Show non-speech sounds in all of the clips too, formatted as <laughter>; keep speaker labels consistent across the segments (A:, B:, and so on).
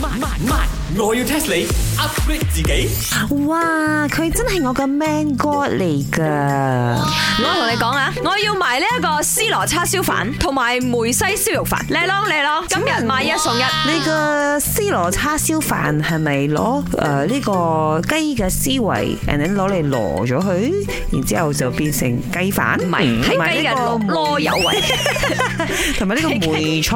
A: 慢慢，我要 test 你 upgrade 自己。
B: 哇！佢真係我嘅 man god 嚟噶，
C: 我同你講啊，我要埋呢一個絲羅叉燒飯同埋梅西燒肉飯，嚟咯嚟咯，今日買一送一。
B: 你個絲羅叉燒飯係咪攞诶呢個雞嘅絲維，人哋攞嚟攞咗佢，然之后就變成雞飯？唔
C: 係雞嘅羅羅油為，
B: 同埋呢個梅菜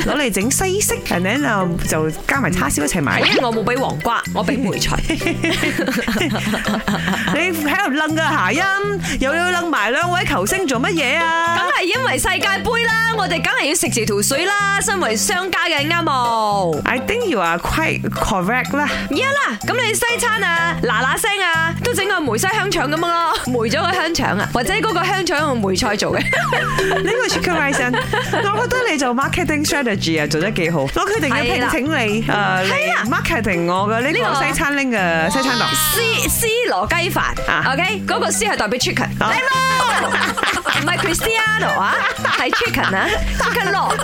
B: 攞嚟整西式，人哋就就加埋叉燒一齊
C: 係
B: 買。
C: 因為我冇俾黃瓜，我俾梅菜。
B: 你
C: 啊
B: 喺度楞嘅諧音，又要楞埋兩位球星做乜嘢啊
C: 梗？係因為世界盃啦，我哋梗係要食字條水啦，身為商家嘅啱冇。
B: I think you are quite correct 啦。
C: 而家啦，咁你西餐啊，嗱嗱聲啊，都整個梅西香腸咁咯，梅咗個香腸啊，或者嗰個香腸用梅菜做嘅。
B: 呢個 Chicken Rice，Inn，我覺 <laughs> 得你做 marketing strategy 啊做得幾好。我決定要聘請你誒嚟 marketing 我嘅啊呢
C: 呢個
B: 個西餐廳嘅西餐檔。
C: 絲絲羅雞飯
B: 啊
C: ，OK，嗰個絲係代表 chicken，
B: 啊
C: 嚟咯，唔係 Cristiano 啊，係 chicken 啊，chicken 羅，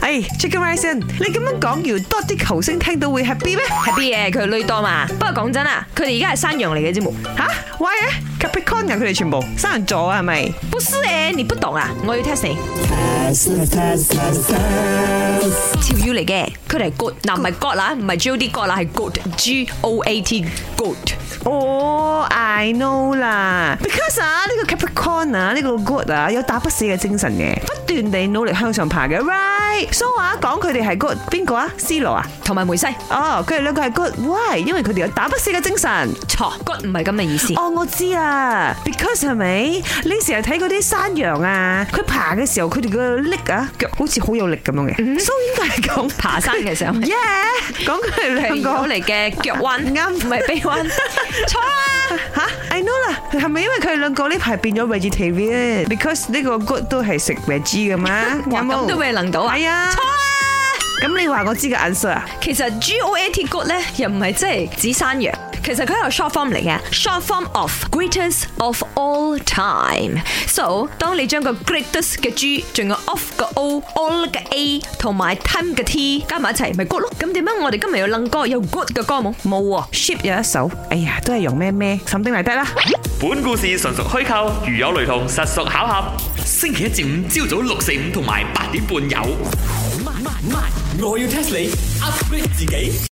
B: 誒哎 Chicken Rice，Inn，你咁樣講完多啲球星聽到會 happy 咩？
C: 係啲嘢佢累多嘛，不過講真啊，佢哋而家係山羊嚟嘅啫嘛，
B: 吓 w h y 啊 Capricorn 啊，佢哋全部生人座啊，係咪？
C: 不是誒，你不懂啊，我要 test 你，潮語嚟嘅，佢哋係 good，嗱唔係 god 啦，唔係 G O D god 啦，係 good，G O A T good。
B: 哦、i know 啦，because 啊呢個 Capricorn 啊呢個 good 啊有打不死嘅精神嘅，不斷地努力向上爬嘅，right？So 啊講佢哋係 good，邊個啊？C 羅啊？
C: 同埋梅西
B: 哦，佢哋兩個係 good，why？因為佢哋有打不死嘅精神。
C: 錯，good 唔係咁嘅意思。
B: 哦，我知啦，because 係咪？你成日睇嗰啲山羊啊，佢爬嘅時候，佢哋嘅力啊，腳好似好有力咁樣嘅，so 應該係講
C: 爬山嘅時候
B: yeah，講佢哋兩
C: 係
B: 個
C: 我嚟嘅腳彎，
B: 啱
C: 唔係臂彎，錯啊啦。
B: 吓，I know 啦，係咪因為佢哋兩個呢排變咗 vegetarian？because 呢個 good 都係食 veg 噶嘛，
C: <laughs> 哇
B: 有冇
C: 咁都俾你能到啊？
B: 係啊
C: 錯啊！
B: 咁你話我知嘅 answer 啊？
C: 其實 G O A T good 咧，又唔係即係指山羊。其實佢係個 short form 嚟嘅，short form of greatest of all time。So，當你將個 greatest 嘅 G，仲有 of 嘅 O，all 嘅 A，同埋 time 嘅 T 加埋一齊，咪 good 咯。咁點解我哋今日要楞歌有 good 嘅歌冇？冇喎。
B: Ship 有一首，哎呀，都係用咩咩，something 嚟得啦。
D: 本故事純屬虛構，如有雷同，實屬巧合。
A: 星期一至五朝早六四五同埋八點半有。慢慢，我要 test 你 upgrade 自己。